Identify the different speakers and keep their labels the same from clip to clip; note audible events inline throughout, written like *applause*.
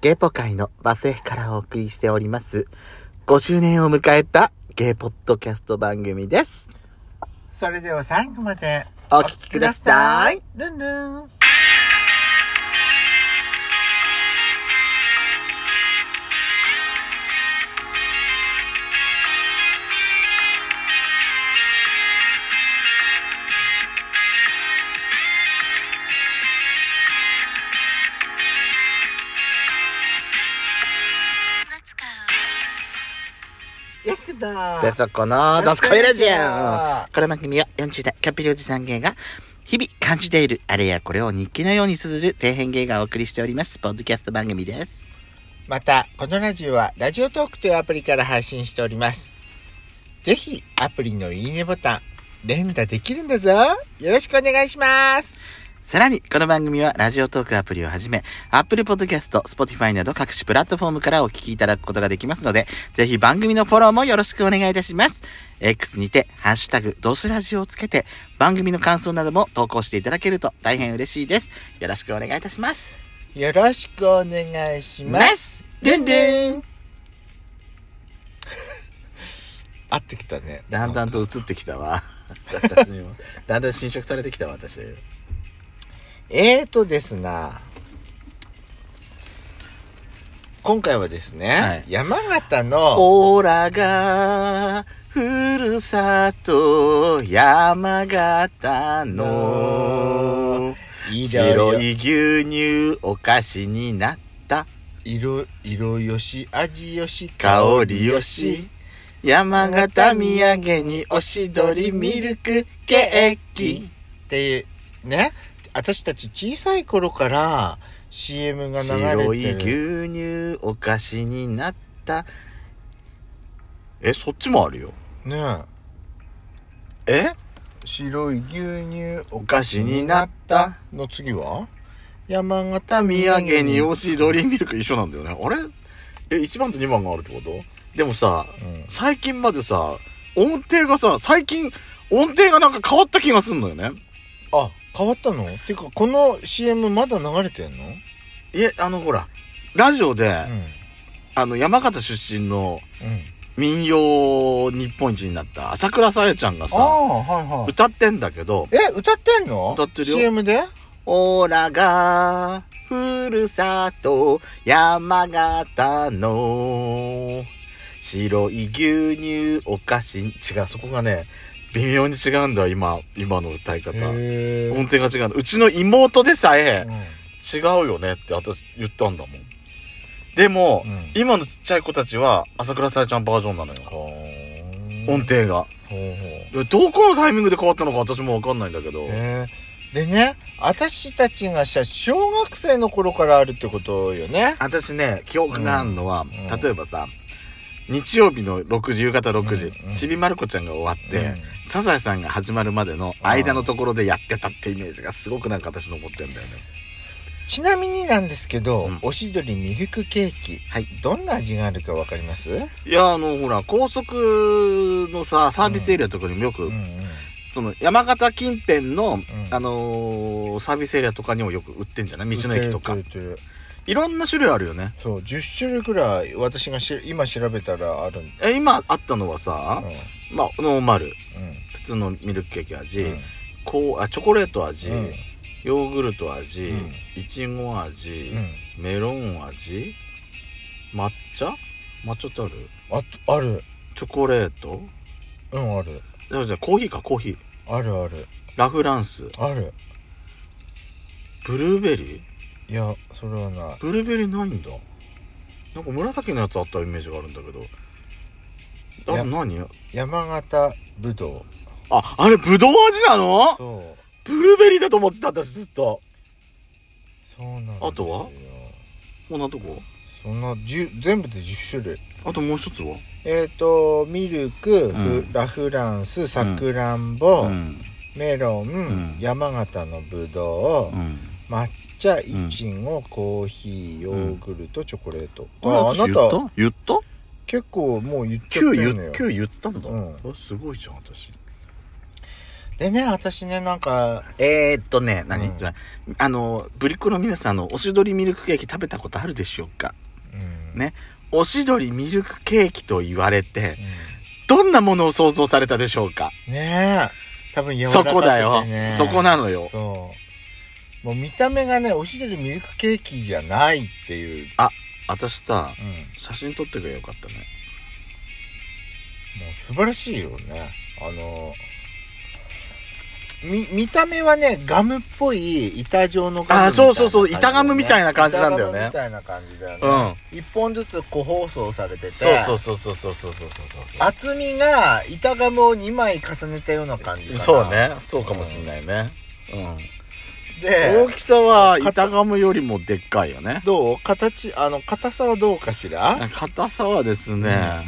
Speaker 1: ゲポ界のバスエからお送りしております。5周年を迎えたゲポッドキャスト番組です。
Speaker 2: それでは最後まで
Speaker 1: お聞きください。
Speaker 2: ルンルン。
Speaker 3: Let's go.
Speaker 2: よしくだ
Speaker 1: ベソコのドスコイラジ
Speaker 2: は
Speaker 1: オこの番組は40代キャピリおじさん芸が日々感じているあれやこれを日記のように綴る底辺芸がお送りしております。ポッドキャスト番組です。
Speaker 2: また、このラジオはラジオトークというアプリから配信しております。ぜひ、アプリのいいねボタン、連打できるんだぞ。よろしくお願いします。
Speaker 1: さらに、この番組はラジオトークアプリをはじめ、Apple Podcast、Spotify など各種プラットフォームからお聞きいただくことができますので、ぜひ番組のフォローもよろしくお願いいたします。X にて、ハッシュタグ、ドスラジオをつけて、番組の感想なども投稿していただけると大変嬉しいです。よろしくお願いいたします。
Speaker 2: よろしくお願いします。
Speaker 1: すルンルン
Speaker 2: *laughs* 合ってきたね。
Speaker 1: だんだんと映ってきたわ。私にも *laughs* だんだん侵食されてきたわ、私。
Speaker 2: えーとですな。今回はですね、
Speaker 1: はい
Speaker 2: 山形の、
Speaker 1: オーラが、ふるさと、山形の、白い牛乳お菓子になった、
Speaker 2: 色、色よし、味よし、
Speaker 1: 香りよし。。山形土産におしどりミルクケーキ。
Speaker 2: っていう、ね。私たち小さい頃から CM が流
Speaker 1: 白い
Speaker 2: れてる。
Speaker 1: 牛乳お菓子になった。え、そっちもあるよ。
Speaker 2: ね
Speaker 1: え
Speaker 2: 白い牛乳お
Speaker 1: 菓子になった。
Speaker 2: の次は山形
Speaker 1: た土
Speaker 2: 土
Speaker 1: 産
Speaker 2: 産
Speaker 1: に
Speaker 2: に
Speaker 1: おしどりミルク一緒なんだよね。あれえ、1番と2番があるってことでもさ、
Speaker 2: うん
Speaker 1: 最近までさ、音程がさ、最近、音程がなんか変わった気がすんのよね。
Speaker 2: あ、変わったのっていうか、この CM まだ流れてんの
Speaker 1: いえ、あの、ほら、ラジオで、
Speaker 2: う
Speaker 1: あの、山形出身の
Speaker 2: ん。うん。
Speaker 1: 民謡日本一になった朝倉さやちゃんが
Speaker 2: あ
Speaker 1: さ、
Speaker 2: あ、はいはい。
Speaker 1: 歌ってんだけど、
Speaker 2: え、歌ってんの
Speaker 1: 歌ってるよ
Speaker 2: CM で
Speaker 1: オーラが、ふるさと、山形の、白い牛乳お菓子、違う、そこがね、微妙に違うんだよ、今、今の歌い方。
Speaker 2: へ
Speaker 1: 音程が違うんだ。うちの妹でさ
Speaker 2: え
Speaker 1: え、違うよねって私言ったんだもん。でも、
Speaker 2: うん
Speaker 1: 今のちっちゃい子たちは、朝倉さやちゃんバージョンなのよ。音
Speaker 2: 音
Speaker 1: 程が。
Speaker 2: ほうほ
Speaker 1: で
Speaker 2: う。
Speaker 1: どこのタイミングで変わったのか私もわかんないんだけど。
Speaker 2: ねでね、私たちがさ、小学生の頃からあるってことよね。
Speaker 1: 私ね記憶があるのは、
Speaker 2: ん
Speaker 1: 例えばさ日曜日の6時夕方6時、
Speaker 2: うんうん
Speaker 1: ちびまる子ちゃんが終わって、
Speaker 2: うん
Speaker 1: サザエさんが始まるまでの間のところでやってたってイメージがすごくなんか私残ってんだよね
Speaker 2: ちなみになんですけど、
Speaker 1: うん
Speaker 2: おしどりミルクケーキ、
Speaker 1: はい
Speaker 2: どんな味があるかわかります
Speaker 1: いやあのほら高速のさサービスエリアとかにもよく、
Speaker 2: うんうん
Speaker 1: その山形近辺の、
Speaker 2: ん
Speaker 1: あのーサービスエリアとかにもよく売ってんじゃない道の駅とか
Speaker 2: 売ってる売ってる売ってる
Speaker 1: いろんな種類あるよね
Speaker 2: そう、10種類くらい私がし今調べたらあるんだ。
Speaker 1: え今あったのは
Speaker 2: う
Speaker 1: さ
Speaker 2: ん、うん
Speaker 1: まあノーマル普通のミルクケーキ味、
Speaker 2: うん
Speaker 1: こうあチョコレート味、
Speaker 2: うん
Speaker 1: ヨーグルト味、
Speaker 2: うん
Speaker 1: いちご味、
Speaker 2: うん
Speaker 1: メロン味抹茶抹茶ってある
Speaker 2: あある。
Speaker 1: チョコレート
Speaker 2: うん、ある。
Speaker 1: じゃあじゃあコーヒーかコーヒー
Speaker 2: あるある。
Speaker 1: ラフランス
Speaker 2: ある。
Speaker 1: ブルーベリー
Speaker 2: いや、それはない。
Speaker 1: ブルーベリーないんだなんか紫のやつあったイメージがあるんだけどあと何
Speaker 2: 山形ぶどう。
Speaker 1: ああれぶどう味なの
Speaker 2: そう。
Speaker 1: ブルーベリーだと思ってた私ずっと
Speaker 2: そうなんですよ。
Speaker 1: あとはこんなとこ
Speaker 2: そんな10全部で10種類
Speaker 1: あともう一つは
Speaker 2: えっ、とミルク、フ
Speaker 1: うん
Speaker 2: ラフランスさくらんぼ、
Speaker 1: ん
Speaker 2: メロン、
Speaker 1: ん
Speaker 2: 山形のぶどう、
Speaker 1: ん
Speaker 2: 抹茶い
Speaker 1: ん
Speaker 2: ちご、コーヒーヨーグルトチョコレート、
Speaker 1: あ
Speaker 2: ああなた
Speaker 1: 言った
Speaker 2: 結構もう言っちゃっ
Speaker 1: 9
Speaker 2: てるの
Speaker 1: 言
Speaker 2: よ
Speaker 1: 9言ったんだ、
Speaker 2: うん
Speaker 1: あすごいじゃん私
Speaker 2: でね、私ね、なんか、
Speaker 1: えー、っとね、何、
Speaker 2: うん
Speaker 1: あの、ブリッコの皆さん、あの、おしどりミルクケーキ食べたことあるでしょうか
Speaker 2: うん
Speaker 1: ねおしどりミルクケーキと言われて、
Speaker 2: う
Speaker 1: どんなものを想像されたでしょうか
Speaker 2: んねえ。多分柔らか
Speaker 1: そ
Speaker 2: くて、
Speaker 1: こ
Speaker 2: ね、
Speaker 1: だよ。そこなのよ。
Speaker 2: そう。もう見た目がね、おしどりミルクケーキじゃないっていう。
Speaker 1: 私さ、
Speaker 2: うん。
Speaker 1: 写真撮ってくればよかったね。
Speaker 2: もう素晴らしいよね。あの、み、見た目はね、ガムっぽい板状のガムみたいな感じだ
Speaker 1: あそ
Speaker 2: よね、
Speaker 1: うそうそう板ガムみたいな感じなんだよね
Speaker 2: 板ガムみたいな感じだよ
Speaker 1: う
Speaker 2: ね。
Speaker 1: ん。
Speaker 2: 一本ずつ個包装されてて。
Speaker 1: そうそうそうそうそうそうそうそう。
Speaker 2: 厚みが板ガムを2枚重ねたような感じかな
Speaker 1: そうね。そうかもしんないね。うん。
Speaker 2: で
Speaker 1: 大きさは板ガムよりもでっかいよね。
Speaker 2: どう形あの硬さはどうか
Speaker 1: *laughs*
Speaker 2: しら
Speaker 1: 硬さはですね、
Speaker 2: うん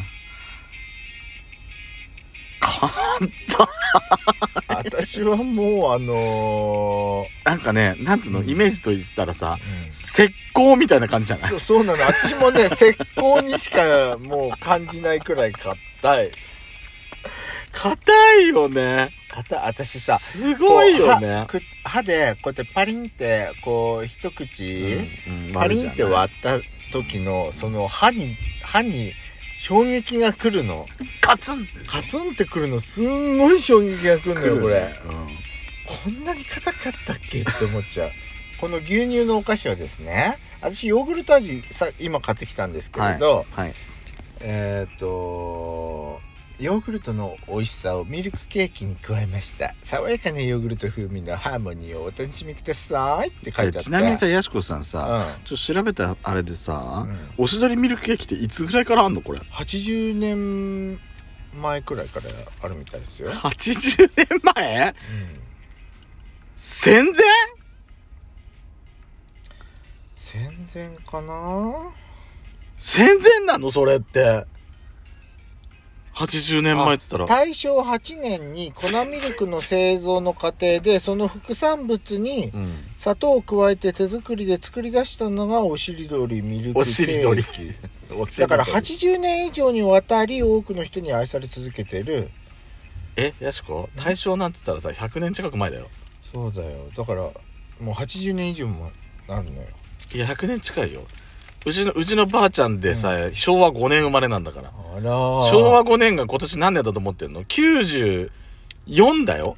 Speaker 2: 私はもうあの
Speaker 1: なんかね、なんつうの、
Speaker 2: うん
Speaker 1: イメージと言ったらさ、
Speaker 2: ー
Speaker 1: 石膏みたいな感じじゃない
Speaker 2: そそうなの私もね石膏にしかもう感じないくらい硬い
Speaker 1: 硬いよね。
Speaker 2: 硬い私さ
Speaker 1: す
Speaker 2: こう
Speaker 1: ごいよね
Speaker 2: 歯。く歯でこうやってパリンってこう一口、
Speaker 1: うんうん
Speaker 2: パリンって割った時のその歯に歯に衝撃が来るの
Speaker 1: カツン
Speaker 2: カツンってくるのすんごい衝撃がくるのよこれ、
Speaker 1: うん
Speaker 2: こんなに硬かったっけって思っちゃう *laughs* この牛乳のお菓子はですね私ヨーグルト味さ今買ってきたんですけれど、
Speaker 1: はい。
Speaker 2: えっ、とヨーグルトの美味しさをミルクケーキに加えました爽やかなヨーグルト風味のハーモニーをお楽しみくださいって書いてあって
Speaker 1: ちなみにさ、やしこさんさ、ちょっと調べたあれで
Speaker 2: う
Speaker 1: さ
Speaker 2: ん、、うん、
Speaker 1: おしどりミルクケーキっていつぐらいからあんのこれ。
Speaker 2: 80年前くらいからあるみたいですよ、うん
Speaker 1: 80年前戦前
Speaker 2: 戦前かな
Speaker 1: 戦前なのそれって。80年前って言ったら。
Speaker 2: 大正8年に粉ミルクの製造の過程でその副産物に
Speaker 1: うん。
Speaker 2: 砂糖を加えて手作りで作り出したのがおしりどりミルクケーキ
Speaker 1: おしりどり。
Speaker 2: だから
Speaker 1: 八
Speaker 2: 80年以上にわたり多くの人に愛され続けてる
Speaker 1: え、やしこ大正なんつったらさ、100年近く前だよ。
Speaker 2: そうだよだからもう80年以上もなるのよ
Speaker 1: いや、100年近いよ。うちの、うちのばあちゃんでさえ、昭和5年生まれなんだから。
Speaker 2: あら
Speaker 1: 昭和5年が今年何年だと思ってんの ?94 だよ。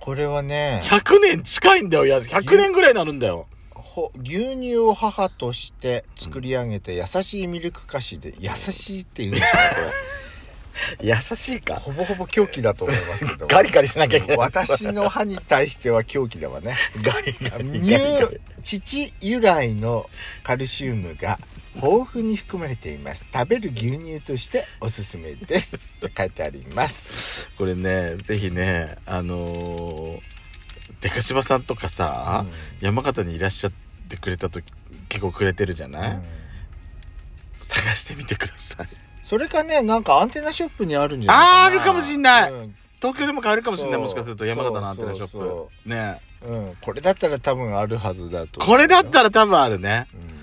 Speaker 2: これはね
Speaker 1: 100年近いんだよ。いや、100年ぐらいになるんだよ。
Speaker 2: ほ牛乳を母として作り上げて優しいミルク菓子で優しいって言うんですよこれ
Speaker 1: 優しいか。
Speaker 2: ほぼほぼ狂気だと思いますけど
Speaker 1: ガリガリしなきゃいけない
Speaker 2: 私の歯に対しては狂気だわね
Speaker 1: ガリガリ。
Speaker 2: 乳乳由来のカルシウムが豊富に含まれています食べる牛乳としておすすめですって書いてあります
Speaker 1: これね、ぜひね、あのー、デカシバさんとかさ、山形にいらっしゃってくれた時、結構くれてるじゃ
Speaker 2: うん
Speaker 1: ない、
Speaker 2: うん
Speaker 1: 探してみてください。
Speaker 2: それかねなんかアンテナショップにあるんじゃな
Speaker 1: あーあ
Speaker 2: いかな
Speaker 1: るかもしんない
Speaker 2: うん
Speaker 1: 東京でも買えるかもしれない。
Speaker 2: そう
Speaker 1: もしかすると山形のアンテナショ
Speaker 2: そうそ
Speaker 1: ッ
Speaker 2: う
Speaker 1: プ。ね
Speaker 2: うん、これだったら多分あるはずだと思う
Speaker 1: これだったら多分あるね。
Speaker 2: うん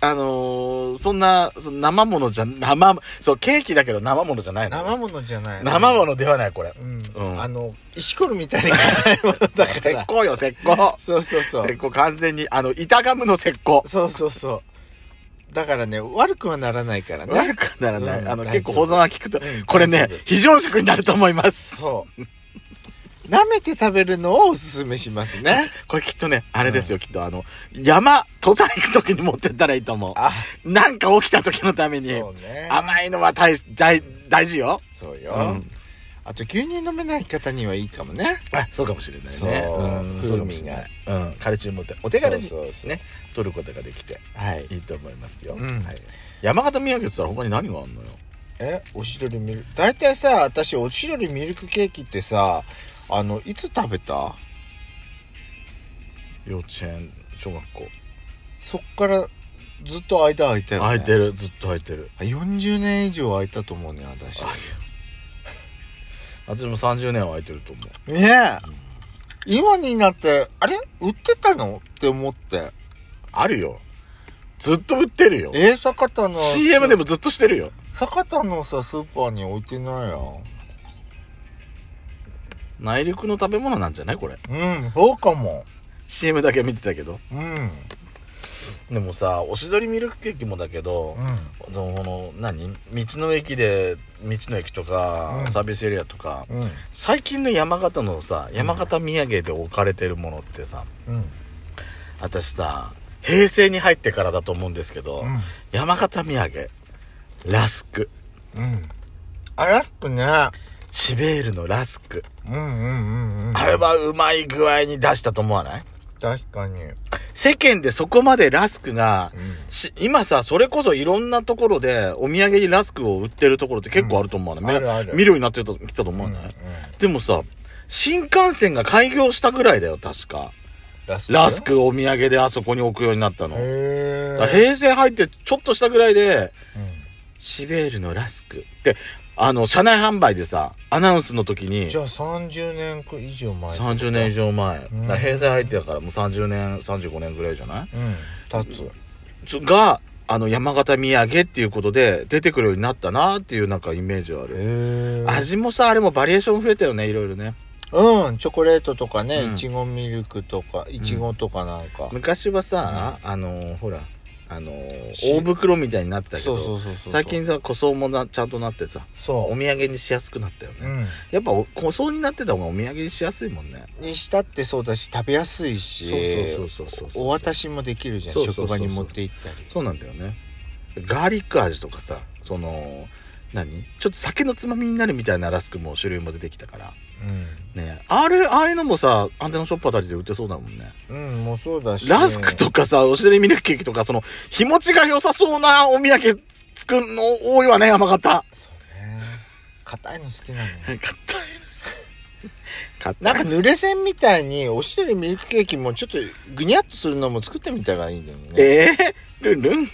Speaker 1: あのー、そんな、その生ものじゃ、生、そう、ケーキだけど生ものじゃないの。
Speaker 2: 生ものじゃない
Speaker 1: 生ものではない、これ。
Speaker 2: うん、
Speaker 1: うん
Speaker 2: あの石ころみたいな硬いものだ
Speaker 1: *laughs*
Speaker 2: か
Speaker 1: 石
Speaker 2: ら
Speaker 1: 膏よ、石膏。
Speaker 2: そうそうそ
Speaker 1: 石
Speaker 2: う
Speaker 1: 膏、完全に、あの、板ガムの石膏。
Speaker 2: そうそうそうだからね悪くはならないからね
Speaker 1: 悪くはならない。
Speaker 2: うん
Speaker 1: あの、
Speaker 2: 大
Speaker 1: 結
Speaker 2: 丈
Speaker 1: 構
Speaker 2: 夫
Speaker 1: 保存が効くと
Speaker 2: うん。
Speaker 1: これね
Speaker 2: 大丈夫、
Speaker 1: 非常食になると思います。
Speaker 2: そう舐めて食べるのをおすすめしますね
Speaker 1: これきっとね、あれですよ、きっとあの、山、登山行く時に持ってったらいいと思
Speaker 2: *laughs* あ
Speaker 1: う。なんか起きた時のために。
Speaker 2: そうね
Speaker 1: 甘いのは大、大、大事よ。
Speaker 2: そうよ、
Speaker 1: うん
Speaker 2: あと牛乳飲めない方にはいいかもね
Speaker 1: あそうかもしれない
Speaker 2: そう
Speaker 1: ね。うんそう
Speaker 2: 風
Speaker 1: かもし
Speaker 2: 味
Speaker 1: れ
Speaker 2: が
Speaker 1: ない。うん。カルシウムってお手軽に
Speaker 2: そうそうそう
Speaker 1: ね、取ることができて
Speaker 2: はい
Speaker 1: いいと思いますよ。
Speaker 2: うん
Speaker 1: はい山形土産って言ったら他に何があんのよ。
Speaker 2: えおしどりミルク大体さ私おしどりミルクケーキってさあのいつ食べた
Speaker 1: 幼稚園、小学校。
Speaker 2: そっからずっと間空いたよね
Speaker 1: 空いてる、ずっと空いてる。
Speaker 2: あ40年以上空いたと思うね私
Speaker 1: あ私も30年は空いてると思う。
Speaker 2: ねえ今になってあれ売ってたのって思って
Speaker 1: あるよ。ずっと売ってるよ。
Speaker 2: えー、坂田の
Speaker 1: CM でもずっとしてるよ。
Speaker 2: 坂田のさスーパーに置いてないやん
Speaker 1: 内陸の食べ物なんじゃないこれ。
Speaker 2: うん、そうかも。
Speaker 1: CM だけ見てたけど。
Speaker 2: うん。うん。
Speaker 1: でもさ、おしどりミルクケーキもだけど、そのこの何道の駅で道の駅とか、
Speaker 2: うん
Speaker 1: サービスエリアとか
Speaker 2: うん。
Speaker 1: 最近の山形のさ山形土産で置かれてるものってさ
Speaker 2: うん。
Speaker 1: 私さ平成に入ってからだと思うんですけど、
Speaker 2: うん。
Speaker 1: 山形土産ラスク
Speaker 2: うん。あらすくね。
Speaker 1: シベールのラスク、
Speaker 2: うんうんうんうん。
Speaker 1: あれはうまい具合に出したと思わない
Speaker 2: 確かに。うん。
Speaker 1: 世間でそこまでラスクがし今さそれこそいろんなところでお土産にラスクを売ってるところって結構あると思わない、
Speaker 2: うんあるある
Speaker 1: 見るようになってたきたと思わない、でもさ、新幹線が開業したぐらいだよ、確か。
Speaker 2: ラスク
Speaker 1: ラスクをお土産であそこに置くようになったの。だ
Speaker 2: へ
Speaker 1: から
Speaker 2: え。
Speaker 1: 平成入ってちょっとしたぐらいで、
Speaker 2: うん
Speaker 1: シベールのラスクって、あの、車内販売でさ、アナウンスの時に
Speaker 2: じ、ゃあ30年く以上前。
Speaker 1: 30年以上前、
Speaker 2: ん
Speaker 1: だから平成入ってだからもう30年、35年ぐらいじゃない
Speaker 2: うん。経つ。
Speaker 1: そが、あの、山形土産っていうことで出てくるようになったなっていうなんかイメージはある。
Speaker 2: へえ。
Speaker 1: 味もさ、あれもバリエーション増えたよね、いろいろね。
Speaker 2: うん。チョコレートとかね、
Speaker 1: うん
Speaker 2: いちごミルクとか、いちごとかなんか。
Speaker 1: 昔はさ、あのーほらあのー
Speaker 2: し
Speaker 1: 大袋みたいになってたけ
Speaker 2: そ
Speaker 1: ど
Speaker 2: うそうそうそう。
Speaker 1: 最。近さ個装もなちゃんとなってさお
Speaker 2: そ
Speaker 1: 土産にしやすくなったよね、
Speaker 2: う。うん。
Speaker 1: やっぱお個装になってた方がお土産にしやすいもんね
Speaker 2: にしたってそうだし、食べやすいし。
Speaker 1: そうそうそうそうそう
Speaker 2: お渡しもできるじゃん
Speaker 1: そうそうそうそう
Speaker 2: 職場に持って行ったり
Speaker 1: そうなんだよねガーリック味とかさその何ちょっと酒のつまみになるみたいなラスクも種類も出てきたからねあれああいうのもさアンテナショップあたりで売ってそうだもんね
Speaker 2: うん、うん、もうそうだし
Speaker 1: ラスクとかさ、おしどりミルクケーキとか、その、日持ちが良さそうなお土産作るの多いわね、山形。
Speaker 2: そうね硬いの好きなの
Speaker 1: 硬い。硬
Speaker 2: ないんか濡れ線みたいにおしどりミルクケーキもちょっとぐにゃっとするのも作ってみたらいいんだよね
Speaker 1: えー、ルンルン。